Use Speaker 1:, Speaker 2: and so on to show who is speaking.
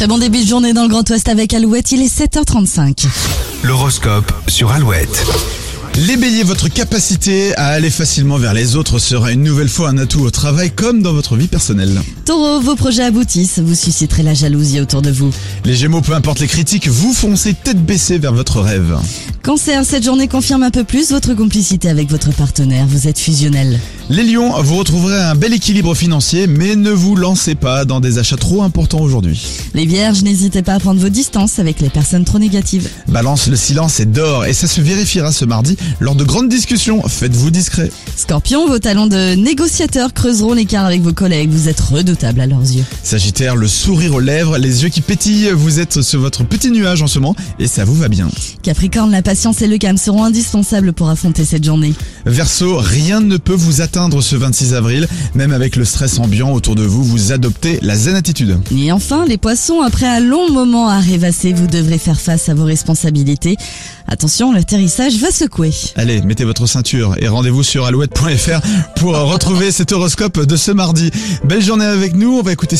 Speaker 1: Très bon début de journée dans le Grand Ouest avec Alouette, il est 7h35.
Speaker 2: L'horoscope sur Alouette.
Speaker 3: Les béliers, votre capacité à aller facilement vers les autres sera une nouvelle fois un atout au travail comme dans votre vie personnelle.
Speaker 1: Taureau, vos projets aboutissent, vous susciterez la jalousie autour de vous.
Speaker 3: Les gémeaux, peu importe les critiques, vous foncez tête baissée vers votre rêve.
Speaker 1: Cancer, cette journée confirme un peu plus votre complicité avec votre partenaire, vous êtes fusionnel.
Speaker 3: Les lions, vous retrouverez un bel équilibre financier, mais ne vous lancez pas dans des achats trop importants aujourd'hui.
Speaker 1: Les vierges, n'hésitez pas à prendre vos distances avec les personnes trop négatives.
Speaker 3: Balance, le silence est d'or et ça se vérifiera ce mardi lors de grandes discussions. Faites-vous discret.
Speaker 1: Scorpion, vos talents de négociateur creuseront l'écart avec vos collègues, vous êtes redoutable à leurs yeux.
Speaker 3: Sagittaire, le sourire aux lèvres, les yeux qui pétillent, vous êtes sur votre petit nuage en ce moment et ça vous va bien.
Speaker 1: Capricorne, la patience et le calme seront indispensables pour affronter cette journée.
Speaker 3: Verseau, rien ne peut vous atteindre ce 26 avril, même avec le stress ambiant autour de vous, vous adoptez la zen attitude.
Speaker 1: Et enfin, les poissons, après un long moment à rêvasser, vous devrez faire face à vos responsabilités. Attention, l'atterrissage va secouer.
Speaker 3: Allez, mettez votre ceinture et rendez-vous sur alouette.fr pour retrouver cet horoscope de ce mardi. Belle journée avec nous, on va écouter